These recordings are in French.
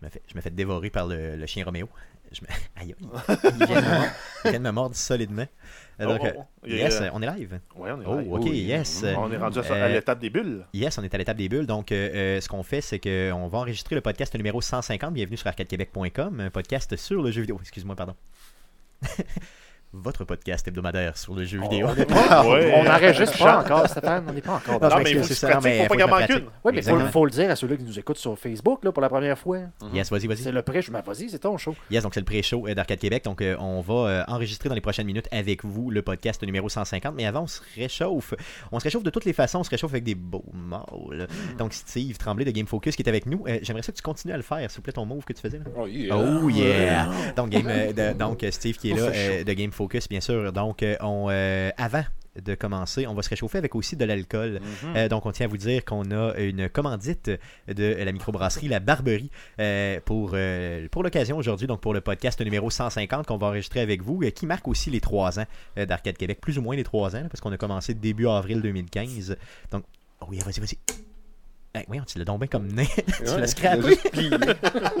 Je me fais, je me fais dévorer par le, le chien Roméo. Je me... Aïe, aïe. il vient de me mordre, il vient de me mordre solidement. Oh, Donc, oh, euh, oh. Il y a- yes, on est live. Ouais, on est Oh, live. ok, Oui. yes. On est rendu à, ça- à Euh, l'étape des bulles. Yes, on est à l'étape des bulles. Donc, euh, euh, ce qu'on fait, c'est qu'on va enregistrer le podcast numéro 150. Bienvenue sur arcadequebec.com, un podcast sur le jeu vidéo. Excuse-moi, pardon. Votre podcast hebdomadaire sur le jeu vidéo. Ouais. On n'enregistre pas encore, Stéphane. On n'est pas encore. Non, dans Non, je mais il m'excuse, faut que c'est Ah, ça, tu pratiques, mais faut faut que pas je qu'il me en manque pratique. une. Oui, mais il faut, Exactement. faut le dire à ceux-là qui nous écoutent sur Facebook là, pour la première fois. Yes, vas-y, vas-y. C'est le prêche, je m'en vas-y, c'est ton show. Yes, donc c'est le pré-show euh, d'Arcade Québec. Donc euh, on va euh, enregistrer dans les prochaines minutes avec vous le podcast numéro 150. Mais avant, on se réchauffe. On se réchauffe de toutes les façons. On se réchauffe avec des beaux mâles. Mm. Donc Steve Tremblay de Game Focus qui est avec nous. Euh, J'aimerais ça que tu continues à le faire, s'il vous plaît, ton move que tu faisais là. Oh, yeah. Oh yeah! Donc, game, euh, de- donc, euh, Steve qui est là euh, de Game Focus, bien sûr. Donc, euh, on, euh, avant de commencer, on va se réchauffer avec aussi de l'alcool. Euh, donc, on tient à vous dire qu'on a une commandite de la microbrasserie La Barberie euh, pour, euh, pour l'occasion aujourd'hui, donc pour le podcast numéro 150 qu'on va enregistrer avec vous, euh, qui marque aussi les 3 ans euh, d'Arcade Québec, plus ou moins les 3 ans, là, parce qu'on a commencé début avril 2015. Donc, oh yeah, vas-y, vas-y. Hey, voyons, tu l'as donc bien comme nez. tu l'as Ouais, il scrappé. a juste plié.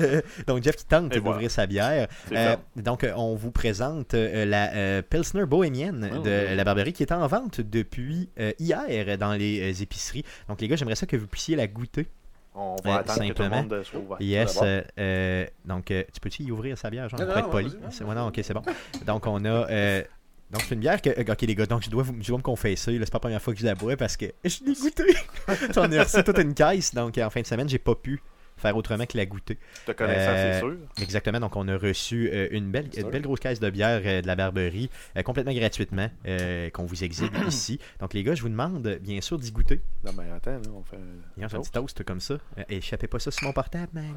Euh, donc Jeff qui tente Et d'ouvrir voilà. sa bière. C'est Euh, ça. donc euh, on vous présente euh, la euh, Pilsner Bohémienne Oh, de ouais. la Barberie qui est en vente depuis euh, hier dans les euh, épiceries. Donc les gars, j'aimerais ça que vous puissiez la goûter. On euh, va attendre que tout le simplement. monde soit ouvert. Yes. d'abord. euh, euh, donc euh, tu peux-tu y ouvrir sa bière, genre, Non, pour non, être poli? ouais, vas-y, C'est- ouais, non, ok, c'est bon. Donc on a... euh, donc c'est une bière que... euh, Ok les gars, donc je dois, vous- je dois me confesser, là, c'est pas la première fois que je la bois parce que je l'ai goûtée. J'en ai reçu toute une caisse, donc euh, en fin de semaine, j'ai pas pu faire autrement que la goûter. Te connaissant, Euh, c'est sûr. Exactement. Donc, on a reçu euh, une, belle, Sûr. une belle grosse caisse de bière euh, de la Barberie, euh, complètement gratuitement, euh, qu'on vous exhibe ici. Donc, les gars, je vous demande, euh, bien sûr, d'y goûter. Non, mais attends, là, on fait un Il y a un Toast. petit toast comme ça. Euh, échappez pas ça sur mon portable, man.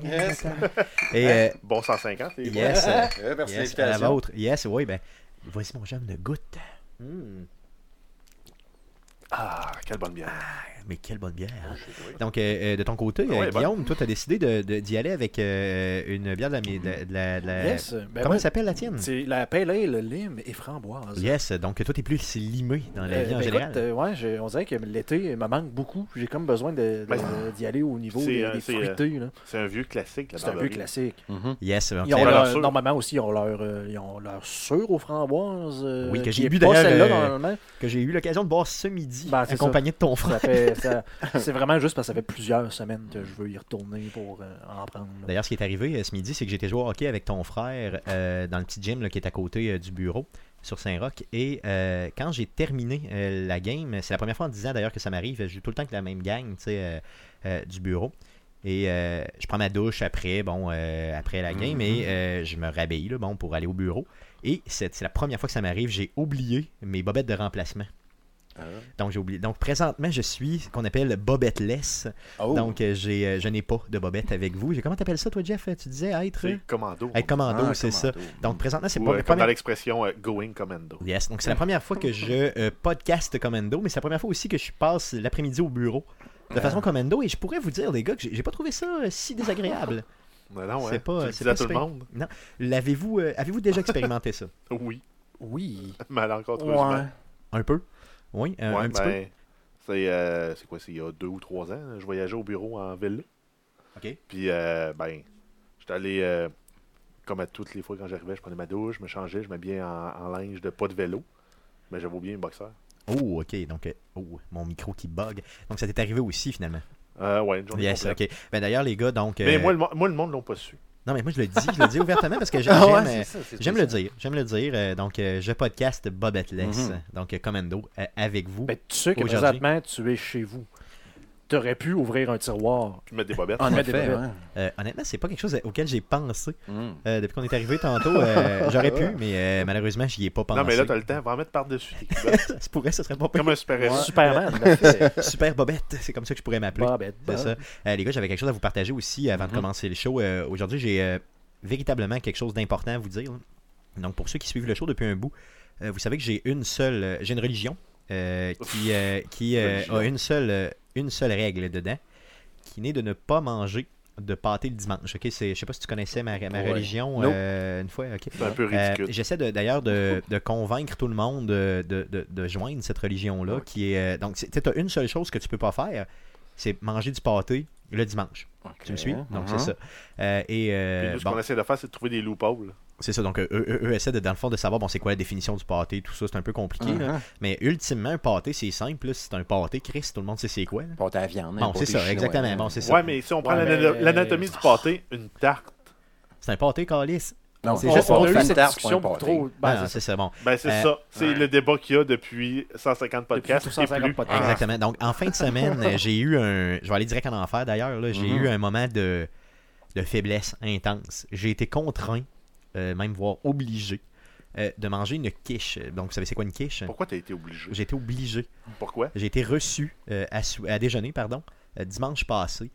Et, euh, bon 150. et- yes, euh, Eh, Ouais, merci yes, à la l'invitation. vôtre. Yes, oui, ben, voici mon jeune de goûte. Hmm. Ah, quelle bonne bière. Mais quelle bonne bière. Donc, euh, euh, de ton côté, euh, Ouais, bonne. Guillaume, toi, t'as décidé de- de- d'y aller avec euh, une bière de la... mi- de- de la- de la- Yes. Ben Euh, Comment moi, elle s'appelle, la tienne? C'est la pale ale, lime et framboise. Yes, donc toi, t'es plus limé dans la Euh, vie en ben général. écoute, euh, ouais, je- on dirait que l'été me manque beaucoup. J'ai comme besoin de- de- Ben, de- d'y aller au niveau c'est, des, euh, des c'est, euh, fruités. là. C'est un vieux classique, la C'est un peu Barberie. classique. Mhm. Yes, ok. Ils ont va leur leur, sur. normalement aussi, ils ont leur, euh, ils ont leur sur aux framboises. euh, Oui, que qui j'ai est bu pas d'ailleurs, celle-là, euh, normalement. que j'ai eu l'occasion de boire ce midi, Ben, c'est accompagné de ton frère. Ça fait- ça- c'est vraiment juste parce que ça fait plusieurs semaines que je veux y retourner pour euh, en prendre. là. D'ailleurs, ce qui est arrivé euh, ce midi, c'est que j'étais joué au hockey avec ton frère euh, dans le petit gym là, qui est à côté euh, du bureau sur Saint-Roch. Et euh, quand j'ai terminé euh, la game, c'est la première fois en 10 ans d'ailleurs que ça m'arrive, je joue tout le temps avec la même gang tu sais, euh, euh, du bureau. Et euh, je prends ma douche après, bon, euh, après la game, et euh, je me rhabille là, bon, pour aller au bureau. Et c'est c'est la première fois que ça m'arrive, j'ai oublié mes bobettes de remplacement. Donc, j'ai oublié. Donc, présentement, je suis ce qu'on appelle bobetteless. Oh. Donc, euh, j'ai, euh, je n'ai pas de bobette avec vous. J'ai- Comment t'appelles ça, toi, Jeff Euh, Tu disais être, C'est commando. être commando, Ah, c'est ça. commando. Donc, présentement, Hein? c'est Ou, pas euh, la comme dans première- l'expression euh, going commando. Yes. Donc, c'est la première fois que je euh, podcast commando, mais c'est la première fois aussi que je passe l'après-midi au bureau de Ah. façon commando. Et je pourrais vous dire, les gars, que j'ai j'ai pas trouvé ça euh, si désagréable. Non, non, C'est hein. pas- euh, Tu le c'est dis pas à tout le super. monde. L'avez-vous euh, avez-vous déjà expérimenté ça Oui, Oui. malencontreusement. Ouais. Un peu Oui, un, Ouais, Euh, un petit ben, C'est euh, c'est quoi, c'est il y a deux ou trois ans, je voyageais au bureau en ville. Ok. Puis, euh, ben, j'étais allé, euh, comme à toutes les fois quand j'arrivais, je prenais ma douche, je me changeais, je m'habillais en, en linge de pas de vélo. Mais j'avais oublié un boxeur. peu. Oh, ok. Donc, euh, oh, mon micro qui bug. Donc, ça t'est arrivé aussi, finalement. Euh, ouais, une journée Yes, complète. ok. Ben, d'ailleurs, les gars, donc. Mais euh, moi, le, mo- moi, le monde l'ont pas su. Non, mais moi, je le dis, je le dis ouvertement parce que j'ai- j'aime. euh, J'aime le dire, j'aime le dire. Euh, donc, euh, je podcast Bobettless, Mhm. donc euh, Commando, euh, avec vous. Ben, tu sais que Aujourd'hui. présentement, tu es chez vous. Tu aurais pu ouvrir un tiroir. Tu mets des bobettes. En Ouais, effet, des- ouais. Euh, honnêtement, c'est pas quelque chose auquel j'ai pensé Mhm. euh, depuis qu'on est arrivé tantôt. euh, J'aurais pu, mais euh, malheureusement, j'y ai pas pensé. non, mais là, t'as le temps, va en mettre par-dessus. tes bobettes. Ça se pourrait, ce serait pas pire. comme un super héros. Euh, Superman, il l'a fait. Super Bobette, c'est comme ça que je pourrais m'appeler. Bah, ben, C'est ça. Euh, les gars, j'avais quelque chose à vous partager aussi avant de Mhm. commencer le show. Euh, Aujourd'hui, j'ai euh, véritablement quelque chose d'important à vous dire. là. Donc, pour ceux qui suivent le show depuis un bout, euh, vous savez que j'ai une seule, euh, j'ai une religion euh, qui, euh, qui euh, Religion. a une seule, euh, une seule règle dedans, qui n'est de ne pas manger de pâté le dimanche. ok C'est- Je sais pas si tu connaissais ma, ma Ouais. religion Nope. euh, une fois. ok C'est un peu Euh, ridicule. J'essaie de- d'ailleurs de, de convaincre tout le monde de, de- de- de joindre cette religion-là. Ouais. qui est euh, Donc, tu as une seule chose que tu peux pas faire, c'est manger du pâté le dimanche. Tu me suis? Donc, Uh-huh. c'est ça. Euh, et euh, Uh-huh. Puis nous, ce bon, qu'on essaie de faire, c'est de trouver des loopholes. c'est ça. Donc, euh, eux, eux- eux essaient, de, dans le fond, de savoir, bon, c'est quoi la définition du pâté, tout ça, c'est un peu compliqué. Uh-huh. là. Uh-huh. Mais ultimement, un pâté, c'est simple. là. C'est un pâté, Chris, tout le monde sait c'est quoi. là. Pâté à viande. hein, Bon, pâté c'est ça, chinois, exactement. hein. Bon, c'est ça. Ouais, mais si on prend Ouais, l'ana- mais- l'anatomie du pâté, une tarte, C'est un pâté, calice. Non, c'est c'est On, juste juste on pour a eu faire cette tarte, discussion point pour pâté. trop. Ah, ben, non, c'est c'est ça. Bon, ben c'est Euh, ça. C'est ouais. le débat qu'il y a depuis 150 podcasts. Depuis 150 et plus. podcasts. Ah. Exactement. Donc, en fin de semaine, euh, j'ai eu un. Je vais aller direct en enfer d'ailleurs. là. J'ai Mhm. Mm-hmm. eu un moment de, de faiblesse intense. J'ai été contraint, euh, même voire obligé, euh, de manger une quiche. Donc, vous savez, c'est quoi une quiche Pourquoi t'as été obligé J'ai été obligé. Pourquoi J'ai été reçu euh, à, sou- à déjeuner, pardon, euh, dimanche passé.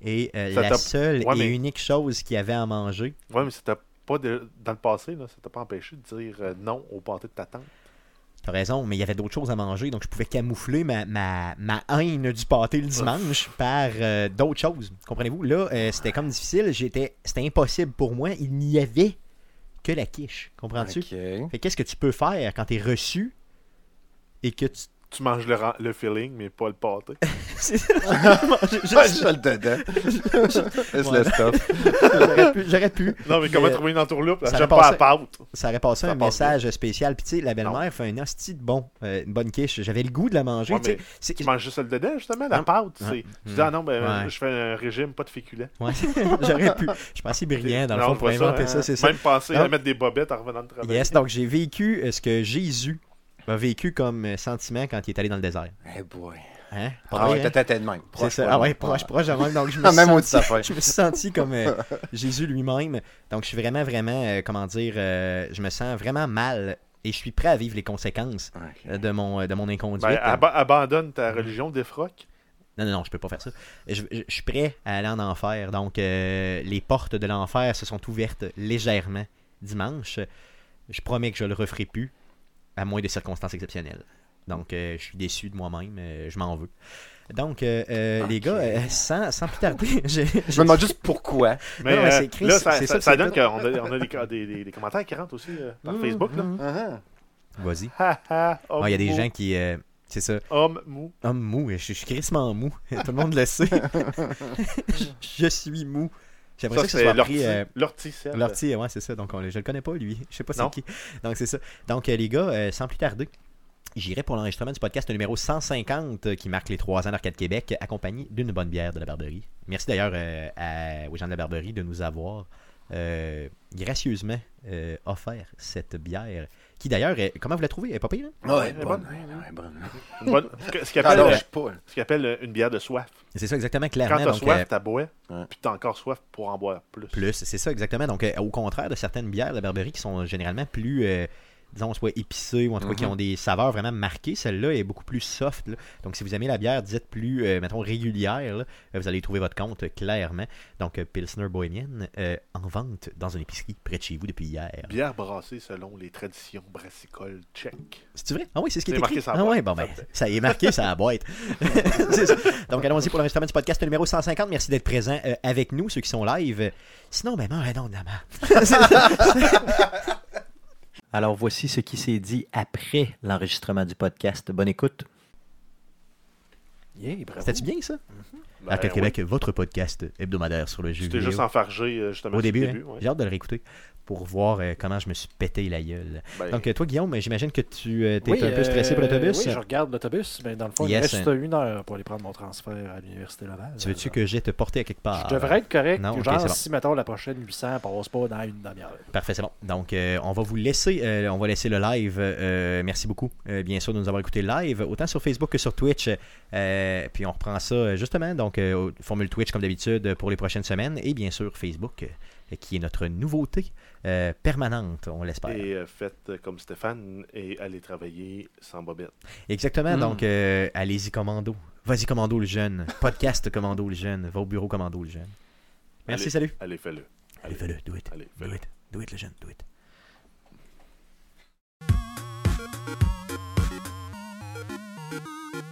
Et euh, Ça la t'a- seule Ouais, et mais- unique chose qu'il y avait à manger, Ouais, mais c'était pas de- dans le passé, là, ça t'a pas empêché de dire euh, non au pâté de ta tante. T'as raison, mais il y avait d'autres choses à manger, donc je pouvais camoufler ma, ma, ma haine du pâté le dimanche par euh, d'autres choses. Comprenez-vous? Là, euh, c'était comme difficile, j'étais, c'était impossible pour moi. Il n'y avait que la quiche. Comprends-tu? Ok. Fait qu'est-ce que tu peux faire quand t'es reçu et que tu. Tu manges le, ra- le feeling, mais pas le pâté. C'est ça, j'ai mangé juste- le dedans. Laisse Ouais. le stuff. j'aurais pu, j'aurais pu. Non, mais comment Mais- trouver une entourloupe là? Ça J'aime pas passait. la pâte. Ça aurait passé Ça un passe message spécial. Puis tu sais, la Non. belle-mère fait un hostie de bon, euh, une bonne quiche. J'avais le goût de la manger. Ouais, tu sais. mais C'est- Tu manges juste le dedans, justement, la Non. pâte. Ah. c'est- Tu dis, ah non, ben, Ouais. je fais un régime, pas de féculent. Ouais, j'aurais pu. Je pensais brillant, dans le Non, fond, pour pas ça, inventer hein. ça, c'est ça. Même penser à Non. mettre des bobettes en revenant de travail. Yes, donc j'ai vécu euh, ce que Jésus a vécu comme euh, sentiment quand il est allé dans le désert. Eh boy. Hein? Pas Ah vrai, ouais, hein? t'étais t'étais de même. C'est Proche, ça. pas Ah loin. ouais, proche, proche de même. Donc je me Ah, suis Même senti, maudite affaire. je me suis senti comme euh, Jésus lui-même. Donc je suis vraiment, vraiment, euh, comment dire, euh, je me sens vraiment mal et je suis prêt à vivre les conséquences Ok. euh, de mon, euh, de mon inconduite. Ben, ab- abandonne Mm. ta religion, défroque. Non, non, non, je peux pas faire ça. Je, je- je suis prêt à aller en enfer. Donc, euh, les portes de l'enfer se sont ouvertes légèrement dimanche. Je promets que je le referai plus, à moins de circonstances exceptionnelles. Donc, euh, je suis déçu de moi-même. euh, je m'en veux. Donc, euh, euh, les Ok. gars, euh, sans, sans plus tarder, j'ai- Je me demande juste pourquoi. Mais Non, mais euh, c'est Chris, là, ça, c'est ça- ça, ça c'est donne qu'on a, on a des, des- des- des commentaires qui rentrent aussi euh, Mmh, par Facebook. Là. Oh, Ah, Vas-y. Ha, ha, Il homme y a des mou, gens qui. euh, c'est ça. Homme mou. Homme mou. Je, je suis crissement mou. Tout le monde le sait. je, je suis mou. J'aimerais ça, Ça, que ce c'est soit pris. l'ortie. euh, L'ortie, c'est- L'ortie, ouais, c'est ça. Donc, on, le- je le connais pas, lui. Je sais pas Non. c'est qui. Donc, c'est ça. Donc, euh, les gars, euh, sans plus tarder, j'irai pour l'enregistrement du podcast numéro 150 euh, qui marque les 3 ans d'Arcade Québec, accompagné d'une bonne bière de la Barberie. Merci d'ailleurs euh, à- aux gens de la Barberie de nous avoir euh, gracieusement euh, offert cette bière. Qui d'ailleurs, euh, comment vous la trouvez? Elle est pas pire, hein? Ouais, elle est bonne. bonne. Ouais, ouais, bonne. Une bonne- ce que- ce qu'ils Ah appellent, non, euh, je suis pas. ce qu'ils appellent, euh, une bière de soif. C'est ça exactement, Quand clairement. t'as donc, euh, soif, t'as bois, Ouais. puis t'as encore soif pour en boire plus. plus. C'est ça, exactement. Donc, euh, au contraire de certaines bières de la Barberie qui sont généralement plus, euh, disons, soit épicées ou en tout cas qui ont des saveurs vraiment marquées, celle-là est beaucoup plus soft. là. Donc, si vous aimez la bière dite plus, euh, mettons, régulière, là, euh, vous allez y trouver votre compte, euh, clairement. Donc, euh, Pilsner Bohémienne, euh, en vente dans une épicerie près de chez vous depuis hier. Bière brassée selon les traditions brassicoles tchèques. C'est vrai? Ah oui, c'est ce qui est C'est écrit. marqué sur la ah ouais, boîte. bon ben, ça est marqué, ça la boîte. C'est ça. Donc allons-y pour l'enregistrement du podcast numéro 150. Merci d'être présent euh, avec nous, ceux qui sont live. Sinon, ben non, non, de la merde. Alors voici ce qui s'est dit après l'enregistrement du podcast. Bonne écoute. Yeah, bravo. C'était-tu bien ça? Ben, Arcade ouais. Québec, votre podcast hebdomadaire sur le jeu C'était vidéo. juste enfargé, euh, justement, Au sur le début, hein. ouais. j'ai hâte de le réécouter pour voir euh, comment je me suis pété la gueule. Ben, Donc, euh, toi, Guillaume, j'imagine que tu euh, t'es Oui, un peu stressé pour euh, l'autobus. Oui, je regarde l'autobus, mais dans le fond, Yes. il me reste une heure pour aller prendre mon transfert à l'Université Laval. Tu veux-tu que j'aie te porté à quelque part? Je devrais être correct. Non, ok, genre, c'est bon. si, mettons, la prochaine 800 passe pas dans une demi-heure. Parfait, c'est bon. Donc, euh, on va vous laisser, euh, on va laisser le live. Euh, merci beaucoup, euh, bien sûr, de nous avoir écouté live, autant sur Facebook que sur Twitch. Euh, puis on reprend ça euh, justement, donc euh, au- formule Twitch comme d'habitude pour les prochaines semaines, et bien sûr Facebook, euh, qui est notre nouveauté euh, permanente, on l'espère. Et euh, faites euh, comme Stéphane et allez travailler sans bobette. Exactement, Mm. donc euh, allez-y commando. Vas-y commando le jeune, podcast commando le jeune, va au bureau commando le jeune. Merci, Allez. salut. Allez, fais-le. Allez, fais-le, do it, Allez, do fais-le. it, do it le jeune, do it.